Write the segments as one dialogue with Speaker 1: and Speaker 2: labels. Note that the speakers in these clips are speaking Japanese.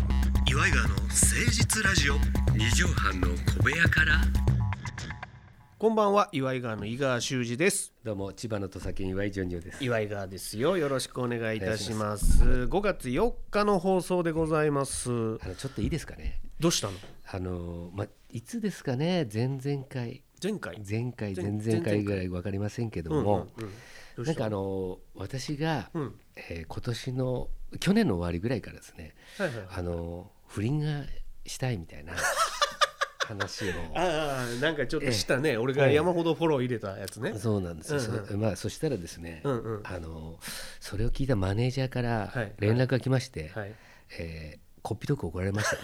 Speaker 1: イガーの誠実ラジオ
Speaker 2: 二畳半の小部屋から
Speaker 1: こんばんは岩井川の井川修司です
Speaker 2: どうも千葉の土佐県岩井ジョニオです
Speaker 1: 岩井川ですよよろしくお願いいたします5月4日の放送でございます
Speaker 2: あのちょっといいですかね
Speaker 1: どうしたの
Speaker 2: あのまいつですかね前々回
Speaker 1: 前回
Speaker 2: 前回
Speaker 1: 前
Speaker 2: 前々回ぐらい分かりませんけども、
Speaker 1: うんうんうんどう
Speaker 2: な
Speaker 1: し
Speaker 2: んか
Speaker 1: た
Speaker 2: あの私が、
Speaker 1: うん
Speaker 2: えー今年の去年の終わりぐらいからですね
Speaker 1: はいはい
Speaker 2: あの不倫がしたい みたいな話を
Speaker 1: ああなんかちょっとしたね、俺が山ほどフォロー入れたやつね、
Speaker 2: そうなんですよ、そ
Speaker 1: うん
Speaker 2: まあそしたらですね、
Speaker 1: うんうん
Speaker 2: あのそれを聞いたマネージャーから
Speaker 1: はい
Speaker 2: 連絡が来まして、
Speaker 1: はい
Speaker 2: えーこっぴどく怒られましたね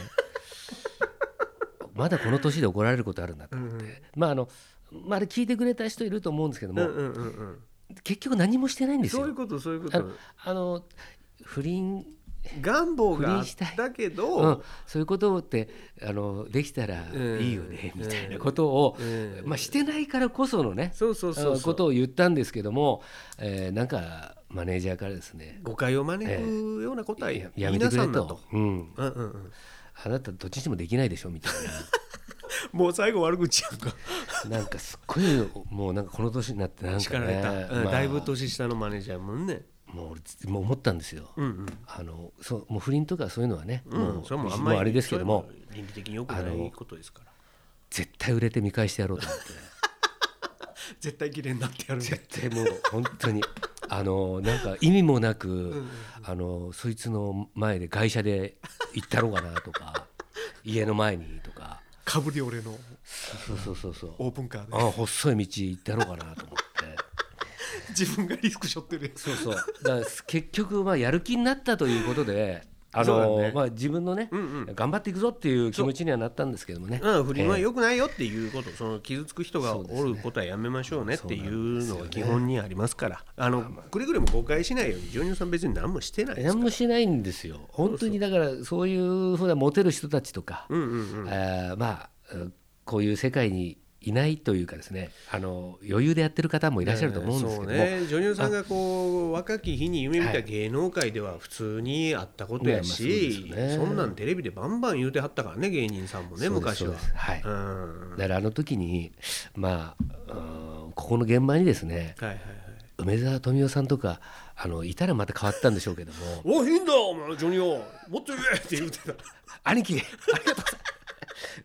Speaker 2: まだこの年で怒られることあるんだと思って、
Speaker 1: うんうん
Speaker 2: まああのまあ、あれ聞いてくれた人いると思うんですけど
Speaker 1: う
Speaker 2: も、
Speaker 1: んうんうんうん
Speaker 2: 結局何もしてないんです
Speaker 1: そういう
Speaker 2: よ。
Speaker 1: ことそういうこ
Speaker 2: あの
Speaker 1: と
Speaker 2: あの不倫、
Speaker 1: 願望があ
Speaker 2: 不倫
Speaker 1: っ
Speaker 2: したい
Speaker 1: たけ
Speaker 2: う
Speaker 1: ど
Speaker 2: ん、そういうことってあのできたら
Speaker 1: うん
Speaker 2: いいよね、みたいな
Speaker 1: うん
Speaker 2: ことを、
Speaker 1: うん
Speaker 2: まあ、してないからこそのね
Speaker 1: そうそうそう
Speaker 2: あの
Speaker 1: そ
Speaker 2: こ
Speaker 1: う
Speaker 2: とを言ったんですけども、えーなんかマネージャーからですね
Speaker 1: 誤解を招くような答え、
Speaker 2: ややめて
Speaker 1: 皆
Speaker 2: くれ
Speaker 1: さ
Speaker 2: と
Speaker 1: んだと、
Speaker 2: うん、
Speaker 1: うんうんうん、
Speaker 2: あなたどっちにしてもできないでしょみたい
Speaker 1: もう最後悪口やんか
Speaker 2: ななんかすっごいもうなんかこの年になってなん
Speaker 1: 叱
Speaker 2: からね
Speaker 1: れた、うん
Speaker 2: まあ
Speaker 1: だいぶ年下のマネージャーもんね
Speaker 2: もう俺つもう思ったんですよ、
Speaker 1: うんうん
Speaker 2: あのそうもう不倫とかそういうのはね、
Speaker 1: うん
Speaker 2: もう
Speaker 1: それはもうあん
Speaker 2: も
Speaker 1: ま
Speaker 2: う
Speaker 1: り
Speaker 2: あれですけども
Speaker 1: それは倫理的に良くな
Speaker 2: あの
Speaker 1: いことですから
Speaker 2: 絶対売れて見返してやろうと思って。
Speaker 1: 絶対綺麗になってやるんだ
Speaker 2: 絶対もう本当にあのなんか意味もなく、あのそいつの前で外車で行ったろうかな とか家の前にとか
Speaker 1: かぶり俺の
Speaker 2: そうそうそうそう
Speaker 1: オープンカーで
Speaker 2: あ細い道行ったろうかなと思って
Speaker 1: 自分がリスク背負ってるやつ
Speaker 2: そうそうだからす結局まあやる気になったということで。あ
Speaker 1: そう
Speaker 2: の
Speaker 1: だね
Speaker 2: まあ、自分のね、
Speaker 1: ん
Speaker 2: 頑張っていくぞっていう気持ちにはなったんですけどもね、
Speaker 1: うん、不倫は
Speaker 2: えー
Speaker 1: 良くないよっていうこと、その傷つく人が
Speaker 2: そうです
Speaker 1: お
Speaker 2: ね
Speaker 1: ることはやめましょうねっていうの
Speaker 2: そうな
Speaker 1: が
Speaker 2: んです
Speaker 1: 基
Speaker 2: よね
Speaker 1: 本にありますから、あのくれぐれも誤解しないように、ジョニオさん、別に何もしてないです
Speaker 2: 何もしないんですよ本当にだからそういうふうなモテる人たちとか、
Speaker 1: うんうんうん、
Speaker 2: あーまあうんこういう世界にいないというかですねあの余裕でやってる方もいらっしゃると思うんですけど
Speaker 1: そう
Speaker 2: も、
Speaker 1: ね、女優さんがこう若き日に夢見た芸能界では普通にあったことやし、
Speaker 2: ねまあそうです
Speaker 1: そ
Speaker 2: よね
Speaker 1: んなんテレビでバンバン言うてはったからね芸人さんもね
Speaker 2: そうです
Speaker 1: 昔
Speaker 2: そう
Speaker 1: は
Speaker 2: で。すはい、
Speaker 1: う
Speaker 2: だ
Speaker 1: ん
Speaker 2: からあの時にまあうんここの現場にですね
Speaker 1: はいはいはい、
Speaker 2: 梅沢富美男さんとかあのいたらまた変わったんでしょうけども
Speaker 1: おいいんだお前ジョニオもっと言えって言うてた
Speaker 2: 兄貴ありがとうございます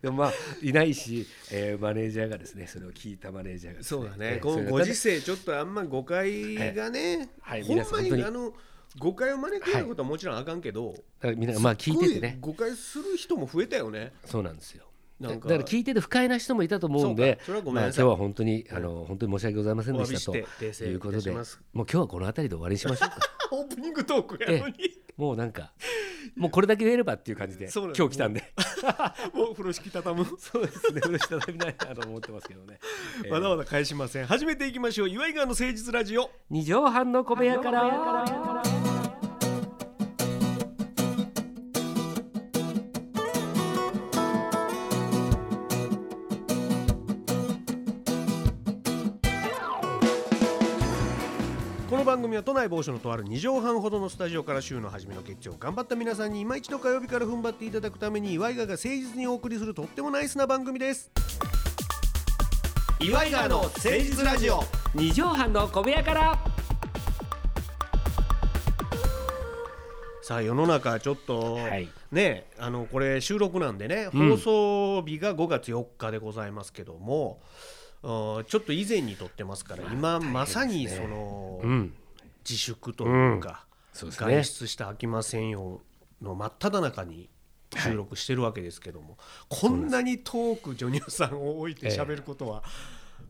Speaker 2: でもまあいないし、えーマネージャーがですねそれを聞いたマネージャーがです
Speaker 1: そうだ
Speaker 2: え
Speaker 1: ね
Speaker 2: ー
Speaker 1: こ
Speaker 2: そ
Speaker 1: の
Speaker 2: れ
Speaker 1: ご時世ちょっとあんま誤解がね、
Speaker 2: はいはい
Speaker 1: ほん
Speaker 2: 皆さん
Speaker 1: まに
Speaker 2: 本当に
Speaker 1: あの誤解を招くようなことはもちろんあかんけど、
Speaker 2: だからみんながまあ聞いててね
Speaker 1: すっごい誤解する人も増えたよ ね。
Speaker 2: そうなんですよ。
Speaker 1: な
Speaker 2: だ
Speaker 1: ん
Speaker 2: だ
Speaker 1: か
Speaker 2: から聞いてて不快な人もいたと思うん
Speaker 1: そう
Speaker 2: で
Speaker 1: かそれはごめん
Speaker 2: まあ、
Speaker 1: な
Speaker 2: 今
Speaker 1: さ
Speaker 2: 日
Speaker 1: い
Speaker 2: は本当にあの本当に申し訳ございませんで
Speaker 1: お
Speaker 2: し
Speaker 1: 詫びして訂
Speaker 2: たと
Speaker 1: 正い
Speaker 2: いう
Speaker 1: た
Speaker 2: こ
Speaker 1: し
Speaker 2: とでも
Speaker 1: ま
Speaker 2: う
Speaker 1: す
Speaker 2: 今日はこの辺りで終わりにしまし ょうか
Speaker 1: オープニングトークやのに、
Speaker 2: もうなんかもうこれだけ出ればっていう感じで
Speaker 1: そうな
Speaker 2: 今
Speaker 1: んです
Speaker 2: 日来たんで
Speaker 1: もう風呂敷畳む。
Speaker 2: そうです ね嬉しいただみないなと思ってますけどね、えー
Speaker 1: まだまだ返しません。始めていきましょう。岩井川の誠実ラジオ。
Speaker 2: 二畳半の小部屋から
Speaker 1: この番組は都内某所のとある2畳半ほどのスタジオから週の初めの月曜頑張った皆さんに今一度火曜日から踏ん張っていただくために岩井川が誠実にお送りするとってもナイスな番組です岩井川の誠実ラジオ
Speaker 2: 二畳半の小部屋から
Speaker 1: さあ世の中ちょっと、
Speaker 2: はい
Speaker 1: ねあのこれ収録なんでね
Speaker 2: うん
Speaker 1: 放送日が5月4日でございますけども、うんちょっと以前に撮ってますから今まさにその、
Speaker 2: うん
Speaker 1: 自粛というか、
Speaker 2: そうですね
Speaker 1: 外出してあきませんよの真っ只中に収録してるわけですけども、こんなに遠くジョニオさんを置いて喋ることは、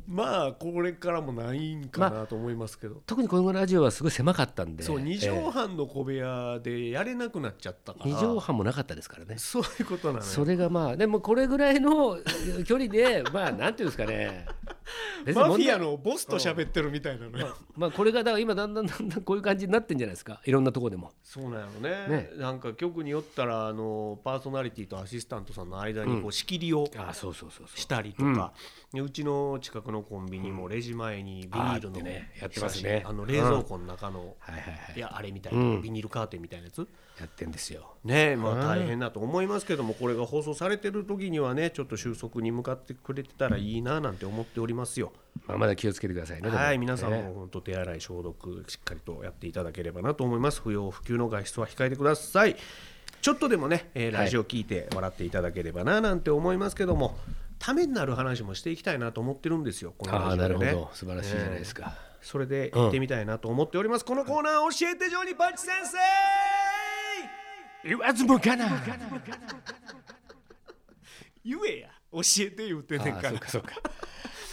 Speaker 1: まあこれからもないんかなと思いますけど、
Speaker 2: 特にこのラジオはすごい狭かったんで
Speaker 1: そう2
Speaker 2: え
Speaker 1: 畳
Speaker 2: ー
Speaker 1: 半の小部屋でやれなくなっちゃったから
Speaker 2: 二畳半もなかったですからね
Speaker 1: そういうことなのよ
Speaker 2: それがまあでもこれぐらいの距離でまあなんていうんですかね別に
Speaker 1: マフ
Speaker 2: 問題
Speaker 1: ィアのボスと喋ってるみたいなのよ
Speaker 2: まあこれがだから今だんだんだんだんこういう感じになってんじゃないですかいろんなとこでも
Speaker 1: そうなんやろね
Speaker 2: ね
Speaker 1: なんか局によったらあのパーソナリティとアシスタントさんの間にこう仕切りを
Speaker 2: ああそうそうそうそう
Speaker 1: したりとか、ううちの近くのコンビニもレジ前にビニールの、
Speaker 2: あーってねやってますね
Speaker 1: あの冷蔵庫の中の、
Speaker 2: はいはいはい
Speaker 1: いやあれみたいな、ビニールカーテンみたいなやつ
Speaker 2: やってんですよ
Speaker 1: ねまあ大変だと思いますけどもこれが放送されてる時にはねちょっと収束に向かってくれてたらいいななんて思っておりますよ。
Speaker 2: まあまだ気をつけてくださいねでも
Speaker 1: はい、皆さん
Speaker 2: ね
Speaker 1: も本当手洗い消毒しっかりとやっていただければなと思います。不要不急の外出は控えてください。ちょっとでもね、えー
Speaker 2: はい
Speaker 1: ラジオ聞いて笑っていただければななんて思いますけども、ためになる話もしていきたいなと思ってるんですよ。この
Speaker 2: あ
Speaker 1: ラ
Speaker 2: あ
Speaker 1: ジオ
Speaker 2: な
Speaker 1: で
Speaker 2: るほ
Speaker 1: ね
Speaker 2: ど素晴らしいじゃないですか、
Speaker 1: それで行ってみたいなと思っております。このコーナー教えてジョニーパンチ先生。
Speaker 2: 言わずもがな
Speaker 1: 言えや、教えて言うてんねん
Speaker 2: あ
Speaker 1: か
Speaker 2: あそう
Speaker 1: ら。
Speaker 2: かそうか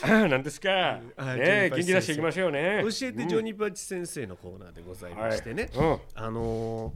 Speaker 2: ああ なんですか
Speaker 1: あ
Speaker 2: ねえ
Speaker 1: ジョニーパチ先生
Speaker 2: 元気出していきましょうね
Speaker 1: 教えてジョニーパンチ先生のコーナーでございましてね。
Speaker 2: はいうん
Speaker 1: あの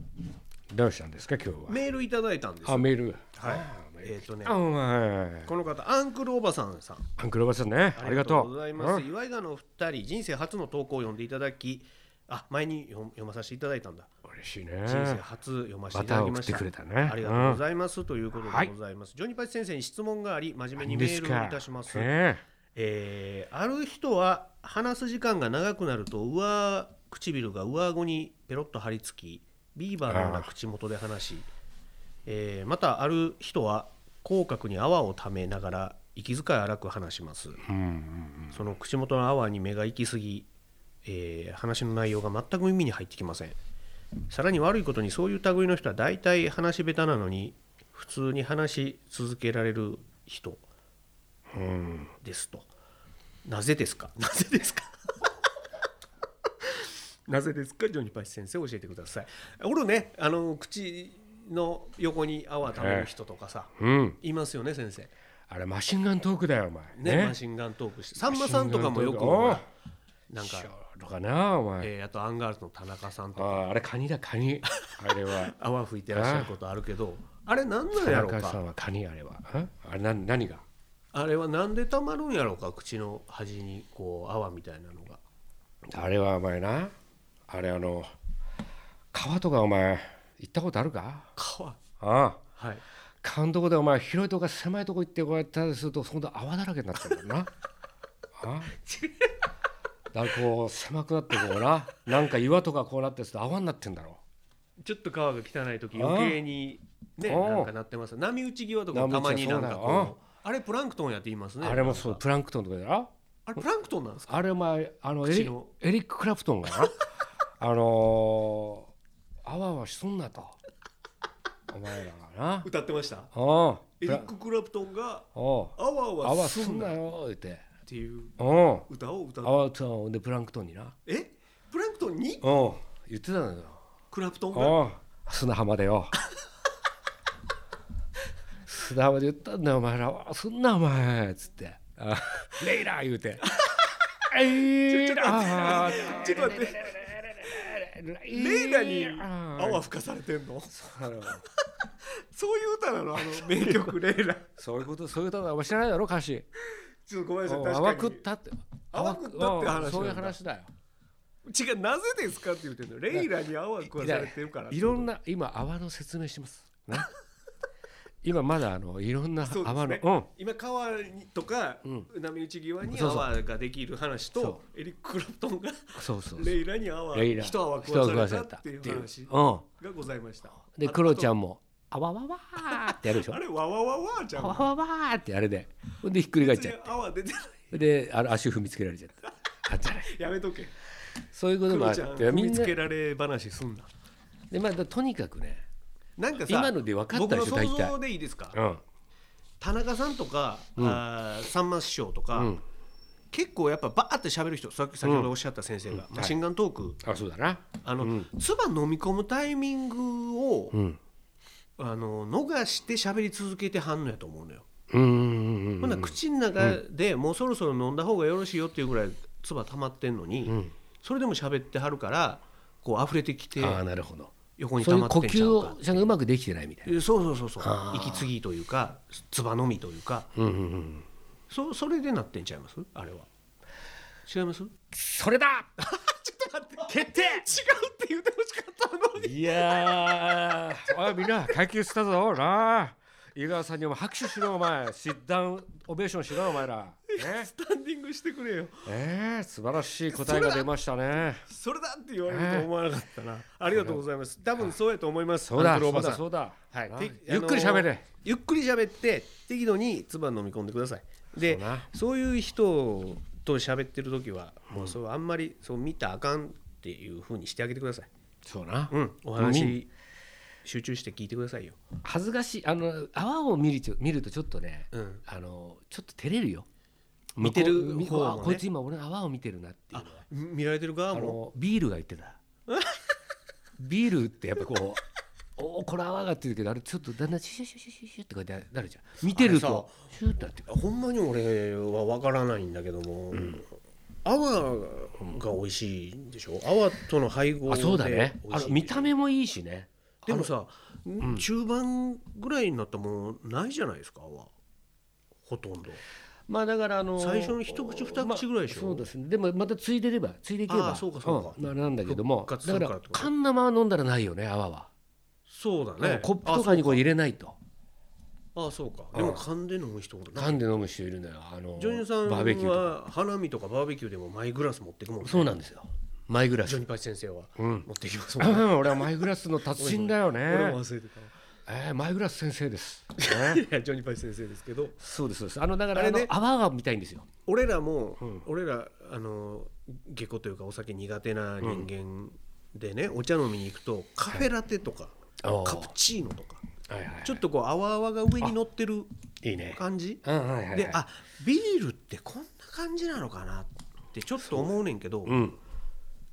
Speaker 2: どうしたんですか今
Speaker 1: ー
Speaker 2: 日は
Speaker 1: メールいただいたんです
Speaker 2: あ
Speaker 1: よ。
Speaker 2: メール
Speaker 1: はい。えっ、とね。
Speaker 2: あはい
Speaker 1: この方アンクルおばさんさん
Speaker 2: アンクルおばさんねありがとう
Speaker 1: ございます
Speaker 2: ん
Speaker 1: 岩井川のお二人人生初の投稿を読んでいただきあ前に読読まさせていただいたんだ
Speaker 2: 嬉しい
Speaker 1: 人生
Speaker 2: ね
Speaker 1: 初読ませていただきました
Speaker 2: また送ってくれたね
Speaker 1: ありがとうございます、ということ
Speaker 2: は
Speaker 1: で
Speaker 2: い
Speaker 1: ございます、ジョニパチ先生に質問があり真面目に
Speaker 2: 何
Speaker 1: メ
Speaker 2: です
Speaker 1: ー
Speaker 2: か
Speaker 1: ルをいたします
Speaker 2: ね
Speaker 1: えーある人は話す時間が長くなると上唇が上顎にペロッと張り付きビーバーのような口元で話し、えーまたある人は口角に泡をためながら息遣い荒く話します、
Speaker 2: えうんうん
Speaker 1: その口元の泡に目が行き過ぎ、えー話の内容が全く耳に入ってきませんさらに悪いことにそういう類の人は大体話し下手なのに普通に話し続けられる人
Speaker 2: うん
Speaker 1: ですとなぜですか なぜですかなぜですかジョニーパチ先生教えてください俺ねあの口の横に泡ためる人とかさ、
Speaker 2: うん
Speaker 1: いますよね先生
Speaker 2: あれマシンガントークだよお前
Speaker 1: ねマシンガントークしてさんまさんとかもよく
Speaker 2: マシン
Speaker 1: ほ
Speaker 2: ガントークおう
Speaker 1: らなんか
Speaker 2: しょうかなお前、
Speaker 1: えーあとアンガールズの田中さんと
Speaker 2: あ
Speaker 1: か
Speaker 2: ああれカニだ カニあれは
Speaker 1: 泡吹いてらっしゃることあるけどあれなんなんや
Speaker 2: 田
Speaker 1: ろう
Speaker 2: 中さ
Speaker 1: か
Speaker 2: んはカニあれはんあれな何が
Speaker 1: あれはなんでたまるんやろうか口の端にこう泡みたいなのが
Speaker 2: あれはお前なあれあの川とかお前行ったことあるか
Speaker 1: 川
Speaker 2: ああ
Speaker 1: はい
Speaker 2: 川のとこでお前広いとこから狭いとこ行ってこうやったりするとそんな泡だらけになってる からなああだからこう狭くなってこうななんか岩とかこうなってすると泡になってんだろ
Speaker 1: ちょっと川が汚い時余計にね
Speaker 2: あー
Speaker 1: なんかなってます波打ち際とかもたまになんか
Speaker 2: 波打ち際そうだ
Speaker 1: こ
Speaker 2: よ
Speaker 1: うあれプランクトンやって言いますね
Speaker 2: あれもそう
Speaker 1: なんか
Speaker 2: プランクトンとかだろ
Speaker 1: あれプランクトンなんですか
Speaker 2: あれお前あのエ
Speaker 1: 口
Speaker 2: リ
Speaker 1: の
Speaker 2: エリック・クラプトンが なあのー、あわあわしとんなとお前らがな
Speaker 1: 歌ってました
Speaker 2: おう
Speaker 1: エ
Speaker 2: プ
Speaker 1: リッ
Speaker 2: ラ
Speaker 1: ク・クラプトンが
Speaker 2: おう
Speaker 1: 「あわあ
Speaker 2: あ
Speaker 1: わ
Speaker 2: わ
Speaker 1: す
Speaker 2: す
Speaker 1: ん
Speaker 2: ん
Speaker 1: な」
Speaker 2: な
Speaker 1: っ
Speaker 2: よ言って
Speaker 1: ていう
Speaker 2: おう
Speaker 1: 歌を歌
Speaker 2: あ
Speaker 1: う
Speaker 2: わとんでプランクトンにな
Speaker 1: えプランクトンに
Speaker 2: おう言ってたんだよ
Speaker 1: クラプトンが
Speaker 2: おう砂浜でよ砂浜で言ったんだよお前らあわすんなお前つってあレイラー言うてレイラー
Speaker 1: ちょっと待ってレイラに泡吹かされてんのそういう歌なのあの名曲レイラ
Speaker 2: そういうことそういう歌だお前知らないだろ歌詞
Speaker 1: ちょっとごめんなさい
Speaker 2: 泡食っ
Speaker 1: 確か
Speaker 2: たって
Speaker 1: 泡食ったって話なんだ
Speaker 2: そういう話だよ
Speaker 1: に違うなぜですかって言ってんのレイラに泡食わされてるから
Speaker 2: いろんな今泡の説明しますね今まだあのいろんな
Speaker 1: そうです
Speaker 2: 泡の
Speaker 1: ね
Speaker 2: うん
Speaker 1: 今川にとか、
Speaker 2: ん
Speaker 1: 波打ち際に
Speaker 2: そうそう
Speaker 1: 泡ができる話と
Speaker 2: そ
Speaker 1: エリック・クラプトンが
Speaker 2: そうそう
Speaker 1: レイラに泡
Speaker 2: レイラ
Speaker 1: 一泡食わされたっていう
Speaker 2: 人を食わさ
Speaker 1: 話
Speaker 2: れたうん
Speaker 1: がございました
Speaker 2: で
Speaker 1: あ
Speaker 2: クロちゃ
Speaker 1: あ
Speaker 2: んもあわわわーってやるでし
Speaker 1: と
Speaker 2: ょ
Speaker 1: あれわわわわじゃ
Speaker 2: あわ
Speaker 1: ん
Speaker 2: わわーってあれでほんでひっくり返っ
Speaker 1: 別
Speaker 2: ちゃ
Speaker 1: に
Speaker 2: っ
Speaker 1: 泡出てない
Speaker 2: てであの足踏みつけられちゃったあったね
Speaker 1: やめとけ
Speaker 2: そういうこ
Speaker 1: ク
Speaker 2: ともあ
Speaker 1: ロ
Speaker 2: っ
Speaker 1: ちゃん
Speaker 2: て
Speaker 1: 踏
Speaker 2: み
Speaker 1: み
Speaker 2: ん
Speaker 1: つ
Speaker 2: な
Speaker 1: けられ話すんな
Speaker 2: でまあだとにかくね
Speaker 1: なんかさ
Speaker 2: 今ので分かったでしょ
Speaker 1: 僕
Speaker 2: 大
Speaker 1: の想像
Speaker 2: 体
Speaker 1: でいいですか
Speaker 2: うん
Speaker 1: 田中さんとか、
Speaker 2: うん
Speaker 1: あーさんま師匠とか、
Speaker 2: うん
Speaker 1: 結構やっぱバーって喋る人さっき先ほどおっしゃった先生が、
Speaker 2: うん
Speaker 1: マシンガントーク、
Speaker 2: あそうだな
Speaker 1: あの、
Speaker 2: うん
Speaker 1: 唾飲み込むタイミングを、
Speaker 2: うん
Speaker 1: あの逃して喋り続けてはんのやと思うのよ。
Speaker 2: うんうんうんうん
Speaker 1: ほんなら口の中でもうそろそろ飲んだ方がよろしいよっていうぐらい唾溜まってんのに、
Speaker 2: ん
Speaker 1: それでも喋ってはるからこう溢れてきて
Speaker 2: ああなるほど
Speaker 1: 横に
Speaker 2: そう
Speaker 1: 溜
Speaker 2: いう
Speaker 1: まっ
Speaker 2: 呼
Speaker 1: てんちゃ
Speaker 2: 吸
Speaker 1: うか
Speaker 2: を。ちゃんとうまくできてないみたいな
Speaker 1: えそうそうそうそう
Speaker 2: あー
Speaker 1: 息継ぎというか唾飲みというか
Speaker 2: うんうんうん
Speaker 1: そそれでなってんちゃいますあれは違いますちょっ
Speaker 2: それだ
Speaker 1: と待って決定違うって言ってほしかったのに
Speaker 2: いやー おいみんな階級したぞなあ井川さんにも拍手しろお前シッダウンオベーションしろお前らね
Speaker 1: スタンディングしてくれよ
Speaker 2: えー、素晴らしい答えが出ましたね
Speaker 1: それだって言われると思わなかったな、ありがとうございます多分そうやと思います
Speaker 2: そうだ
Speaker 1: アンクル
Speaker 2: そ
Speaker 1: おば
Speaker 2: う
Speaker 1: さ
Speaker 2: だ
Speaker 1: ん
Speaker 2: そうだ、
Speaker 1: はい
Speaker 2: な、
Speaker 1: てあ
Speaker 2: ゆっ
Speaker 1: の
Speaker 2: くり喋れ
Speaker 1: ゆっくり喋って適度に唾飲み込んでくださいで
Speaker 2: そうな
Speaker 1: そういう人と喋ってる時はもうそうあんまりそう見たらあかんっていう風にしてあげてください
Speaker 2: そうな、
Speaker 1: うんお話集中して聞いてくださいよ
Speaker 2: 恥ずかしいあの泡を見ると見るとちょっとね、
Speaker 1: うん
Speaker 2: あのちょっと照れるよ
Speaker 1: 見てる
Speaker 2: 向こう見
Speaker 1: 方もね
Speaker 2: あこいつ今俺の泡を見てるなっていうのは
Speaker 1: み見られてる
Speaker 2: あ
Speaker 1: 側も
Speaker 2: のビールが言って たビールってやっぱこうおおこれ泡がって言うけどあれちょっとだんだんシュシュシュシュシュってこうやってなるじゃん見てるとシュッてなってくる
Speaker 1: ほんまに俺は分からないんだけども、泡が美味しいんでしょ泡との配合
Speaker 2: あ
Speaker 1: で
Speaker 2: そうだね
Speaker 1: 美味
Speaker 2: あの
Speaker 1: しい
Speaker 2: 見た目もいいしね
Speaker 1: でもさ、中盤ぐらいになったらもうないじゃないですか泡ほとんど
Speaker 2: まあだからあの
Speaker 1: 最初の一口二口ぐらいでしょ
Speaker 2: まあそうですねでもまたついでればついでいけば
Speaker 1: あーそうかそうか
Speaker 2: んまあ、なんだけども
Speaker 1: 復活す
Speaker 2: だ
Speaker 1: る
Speaker 2: か
Speaker 1: から
Speaker 2: ら
Speaker 1: ってこと
Speaker 2: 缶生は飲んだらないよね泡は、
Speaker 1: そうだ
Speaker 2: だから
Speaker 1: ね
Speaker 2: コップとかにこう入れないと
Speaker 1: ああそうか
Speaker 2: ん
Speaker 1: でも噛んで飲む人もな
Speaker 2: 缶で飲む人いるのよあの
Speaker 1: ジョニーさん
Speaker 2: バーベキューとか
Speaker 1: は花見とかバーベキューでもマイグラス持ってくもんね
Speaker 2: そうなんですよマイグラ
Speaker 1: ジョ
Speaker 2: ス
Speaker 1: ニパチ先生は
Speaker 2: うん
Speaker 1: 持ってきますもんね、
Speaker 2: うん 俺はマイグラスの達人だよ
Speaker 1: 俺
Speaker 2: ね
Speaker 1: も忘れてたわ
Speaker 2: えー、マイグラス先 生です、ね
Speaker 1: いやジョニパチ先生ですけど
Speaker 2: そうですそうですあのだから
Speaker 1: あ
Speaker 2: あ
Speaker 1: れ
Speaker 2: の
Speaker 1: ね
Speaker 2: 泡が見たいんですよ
Speaker 1: 俺らも、俺らあの下戸というかお酒苦手な人間でね、お茶飲みに行くとカフェラテとか、
Speaker 2: はい
Speaker 1: カプチーノとか
Speaker 2: はいはい
Speaker 1: ちょっとこう泡泡が上に乗ってる
Speaker 2: いいね
Speaker 1: 感じ
Speaker 2: うんはいはい、はい、
Speaker 1: であビールってこんな感じなのかなってちょっと思うねんけど、
Speaker 2: うん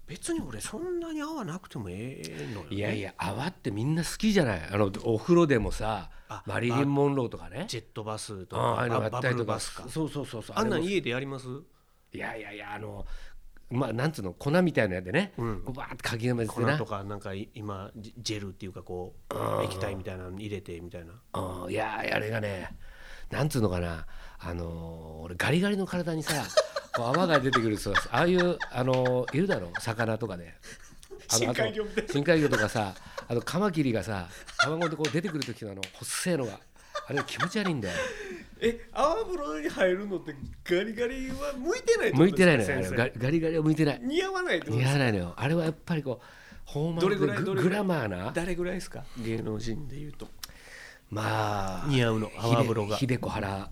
Speaker 1: 別に俺そんなに泡なくてもええのよ
Speaker 2: いやいや泡ってみんな好きじゃないあのお風呂でもさ
Speaker 1: あ
Speaker 2: マリリン・モンローとかね
Speaker 1: ジェットバスと
Speaker 2: うんあ
Speaker 1: か
Speaker 2: あいうの
Speaker 1: バ
Speaker 2: やっ
Speaker 1: バ
Speaker 2: た
Speaker 1: ブ
Speaker 2: り
Speaker 1: ル
Speaker 2: とか
Speaker 1: バスか
Speaker 2: そうそうそうそう
Speaker 1: あんなん
Speaker 2: れも
Speaker 1: 家でやります
Speaker 2: いやいやいやあのまあなんつうの粉みたいなやつでね、
Speaker 1: うん
Speaker 2: こうバーってかき混ぜて
Speaker 1: 粉
Speaker 2: な
Speaker 1: とかなんかい今ジジェルっていうかこう液体みたいなの入れてみたいな
Speaker 2: うんいやあれがねなんつうのかなあのー俺ガリガリの 体にさこう泡が出てくるそうですああいうあのーいるだろ魚とかで。あの
Speaker 1: 深海魚みたい
Speaker 2: あと深海魚とかさあとカマキリがさ卵でこう出てくる時のあの細いのがあれ気持ち悪いんだよ
Speaker 1: え泡風呂に入るのってガリガリは向いてない
Speaker 2: 向いてないのよあれガリガリガリは向いてない
Speaker 1: 似合わないって
Speaker 2: 似合わないのよあれはやっぱりこうホーマ
Speaker 1: どれぐらい
Speaker 2: グ
Speaker 1: どれぐ
Speaker 2: グ
Speaker 1: らい
Speaker 2: ラマーな
Speaker 1: 誰ぐらいですか芸能人で言うと
Speaker 2: まあ
Speaker 1: 似合うの泡風呂が
Speaker 2: 秀子原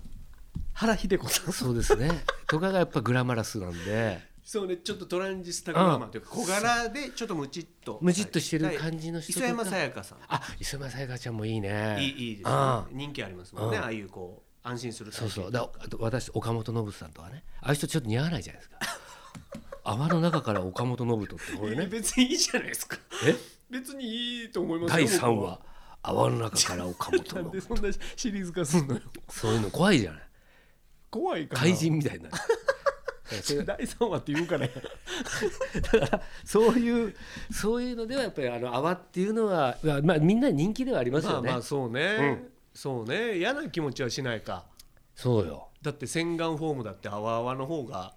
Speaker 1: 原秀子さん
Speaker 2: そうで すねとかがやっぱグラマラスなんで
Speaker 1: そうねちょっとトランジスタグラマーというか小柄でちょっとムチっと
Speaker 2: ムチっとしてる感じの人と
Speaker 1: 磯
Speaker 2: か
Speaker 1: 山さやかさん
Speaker 2: あ磯山さやかちゃんもいいね
Speaker 1: いいいいですね
Speaker 2: ああ
Speaker 1: 人気ありますもんねああいうこう安心する
Speaker 2: そうそうだあと私岡本信さんとかねああいう人ちょっと似合わないじゃない ですか泡の中から岡本信人ってこれ
Speaker 1: え
Speaker 2: ね
Speaker 1: 別にいいじゃないですか
Speaker 2: え
Speaker 1: 別にいいと思いますよ
Speaker 2: 第3
Speaker 1: 僕
Speaker 2: 話泡の中から岡本
Speaker 1: なん で
Speaker 2: 信
Speaker 1: そんなシリーズ化すんのよ
Speaker 2: そういうの怖いじゃない
Speaker 1: 怖いから
Speaker 2: 怪人みた いなだか
Speaker 1: 第3話って言う から
Speaker 2: らそういうそういうのではやっぱりあの泡っていうのは、まあまあ、みんな人気ではあります
Speaker 1: ま
Speaker 2: よ
Speaker 1: あ
Speaker 2: ね、
Speaker 1: まあそうね、そうね嫌な気持ちはしないか
Speaker 2: そうよ
Speaker 1: だって洗顔フォームだって泡泡の方が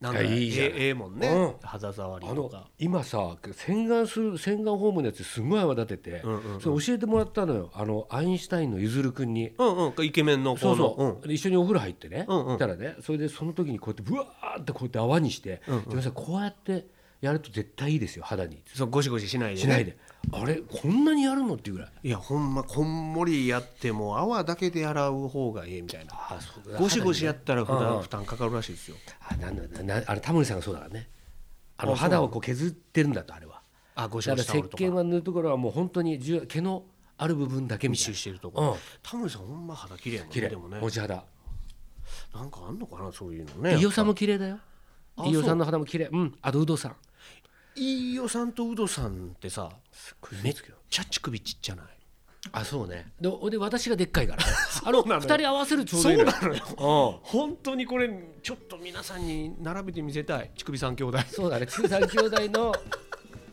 Speaker 1: なんだ
Speaker 2: いやいい
Speaker 1: え
Speaker 2: じゃん
Speaker 1: えええもんね、
Speaker 2: うん
Speaker 1: 肌触り
Speaker 2: あ
Speaker 1: と
Speaker 2: の
Speaker 1: か
Speaker 2: 今さ洗顔する洗顔ホームのやつすごい泡立てて、
Speaker 1: うんうんうん
Speaker 2: それ教えてもらったのよあのアインシュタインのゆずるくんに。
Speaker 1: うんうんイケメンの
Speaker 2: そ
Speaker 1: 子の
Speaker 2: うそう、で一緒にお風呂入ってね、
Speaker 1: うんうん
Speaker 2: いたらねそれでその時にこうやってブワーってこうやって泡にして「
Speaker 1: うんうん
Speaker 2: ジョニーさんこうやってやると絶対いいですよ肌に
Speaker 1: ん、そうゴシゴシしないで、」ね、
Speaker 2: しないで「あれこんなにやるの?」っていうぐらい
Speaker 1: いやほんまこんもりやっても泡だけで洗う方がええみたいな
Speaker 2: あそう
Speaker 1: ゴシゴシやったら負
Speaker 2: 肌に
Speaker 1: 担
Speaker 2: ねうんうん
Speaker 1: 負担かかるらしいですよ
Speaker 2: あなんだなあれタモリさんがそうだからねあの
Speaker 1: あそう
Speaker 2: 肌をこう削ってるんだとあれは
Speaker 1: あゴ
Speaker 2: だ
Speaker 1: シ
Speaker 2: か
Speaker 1: ゴ
Speaker 2: ら
Speaker 1: シタ
Speaker 2: 石
Speaker 1: オルとか
Speaker 2: 鹸は塗るところはもう本当に重要毛のある部分だけみ
Speaker 1: 密
Speaker 2: たい
Speaker 1: 集
Speaker 2: な
Speaker 1: してると
Speaker 2: うん
Speaker 1: こタモリさんほんま肌綺麗やもん
Speaker 2: 綺
Speaker 1: ね
Speaker 2: 麗
Speaker 1: でもね
Speaker 2: 持ち肌
Speaker 1: なんかあんのかなそういうのね
Speaker 2: 伊代さんも綺麗だよ
Speaker 1: あ
Speaker 2: 伊
Speaker 1: そ
Speaker 2: 代さ
Speaker 1: うん
Speaker 2: の肌も綺麗うんあとウドさん
Speaker 1: 飯尾さんとウドさんってさめっちゃ乳首ちっちゃない
Speaker 2: あそうねでで私がでっかい からねあの二人合わせるちょうどいいのよ
Speaker 1: のよ
Speaker 2: うん
Speaker 1: 本当にこれちょっと皆さんに並べて見せたい乳首三兄弟
Speaker 2: そうだね中三兄弟の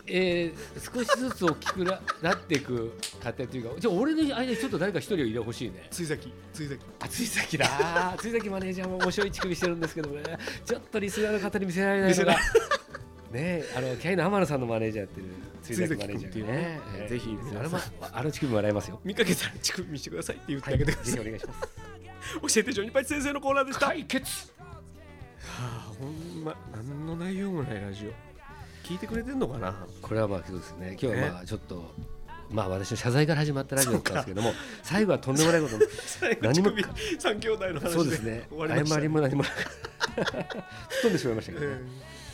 Speaker 2: えー、少しずつ大きくななっていく過程というかじゃあ俺の間にちょっと誰か一人を入れほしいね
Speaker 1: 追崎追崎
Speaker 2: あ追崎だ追崎マネージャーも面白い乳首してるんですけどねちょっとリスナーの方に見せられないのが
Speaker 1: 見
Speaker 2: ねあのキャイの天野さんのマネージャーやってる追崎マネージャーがね
Speaker 1: 追崎君っていうね
Speaker 2: えー
Speaker 1: ぜひ皆さん
Speaker 2: あれもあの乳首もらえますよ
Speaker 1: 見かけたら乳首見してくださいって言って
Speaker 2: はい
Speaker 1: あげてくだ
Speaker 2: ぜひ
Speaker 1: さい、
Speaker 2: お願いします
Speaker 1: 教えてジョニパチ先生のコーナーでした、は
Speaker 2: 解決
Speaker 1: あ、ほんま何の内容もないラジオ聞いてくれてんのかな
Speaker 2: これはまあそうですね今日はまあちょっとまあ私の謝罪から始まったラジオだったんですけども最後はとんでもないことに
Speaker 1: 最後
Speaker 2: 何
Speaker 1: 乳
Speaker 2: も
Speaker 1: 首三兄弟の話で
Speaker 2: そうですね
Speaker 1: 終わりました
Speaker 2: 謝りも何もなく 吹っ飛んでしまいましたけどね、
Speaker 1: えー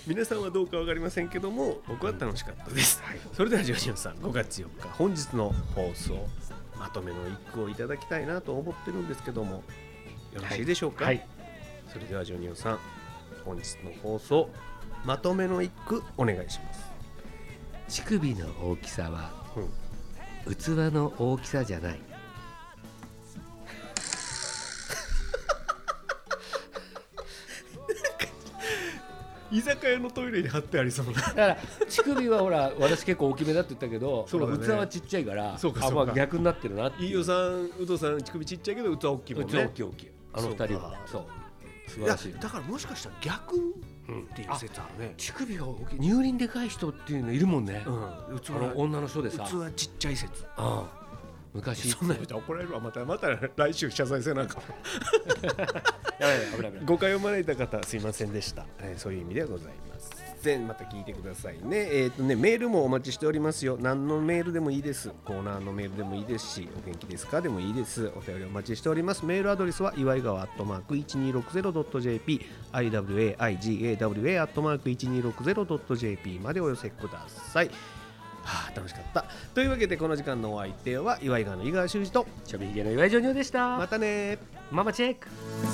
Speaker 1: 皆さんはどうかわかりませんけども僕は楽しかったです、それではジョニオさん5月4日本日の放送まとめの一句をいただきたいなと思ってるんですけどもよろしいでしょうか、
Speaker 2: はい
Speaker 1: それではジョニオさん本日の放送まとめの一句お願いします、
Speaker 2: 乳首の大きさは
Speaker 1: うん
Speaker 2: 器の大きさじゃない
Speaker 1: 居酒屋のトイレに貼ってありそうな
Speaker 2: だから乳首はほら私結構大きめだって言ったけど
Speaker 1: そうだね
Speaker 2: ほら器はちっちゃいから
Speaker 1: そうか
Speaker 2: あ
Speaker 1: そうか
Speaker 2: まあ逆になってるなっ て
Speaker 1: 飯
Speaker 2: いう
Speaker 1: 尾さん有働さん乳首ちっちゃいけど器大きいもん
Speaker 2: 器大
Speaker 1: ね
Speaker 2: きい大きいあの二人はそう
Speaker 1: い
Speaker 2: 素晴
Speaker 1: や
Speaker 2: らしいよ
Speaker 1: だからもしかしたら逆っていう説あるね、
Speaker 2: 乳首が大きい乳輪でかい人っていうのいるもんね、
Speaker 1: うん、器
Speaker 2: あの女の人でさ
Speaker 1: 器ちっちゃい説
Speaker 2: うん昔
Speaker 1: そんなん言うたら怒られるわまたまた来週謝罪せなんか
Speaker 2: やばいやばい危ない危ない
Speaker 1: 誤解を招いた方すいませんでした、えーそういう意味ではございますぜまた聞いてくださいねえっ、とねメールもお待ちしておりますよ何のメールでもいいですコーナーのメールでもいいですしお元気ですかでもいいですお便りお待ちしておりますメールアドレスは祝い川アットマーク 1260.jp iwaigawa アットマーク 1260.jp までお寄せくださいはあ楽しかったというわけでこの時間のお相手は祝い川の井川修司と
Speaker 2: ちょびひげの岩井ジョニオでした
Speaker 1: またね
Speaker 2: ママチェック
Speaker 3: 「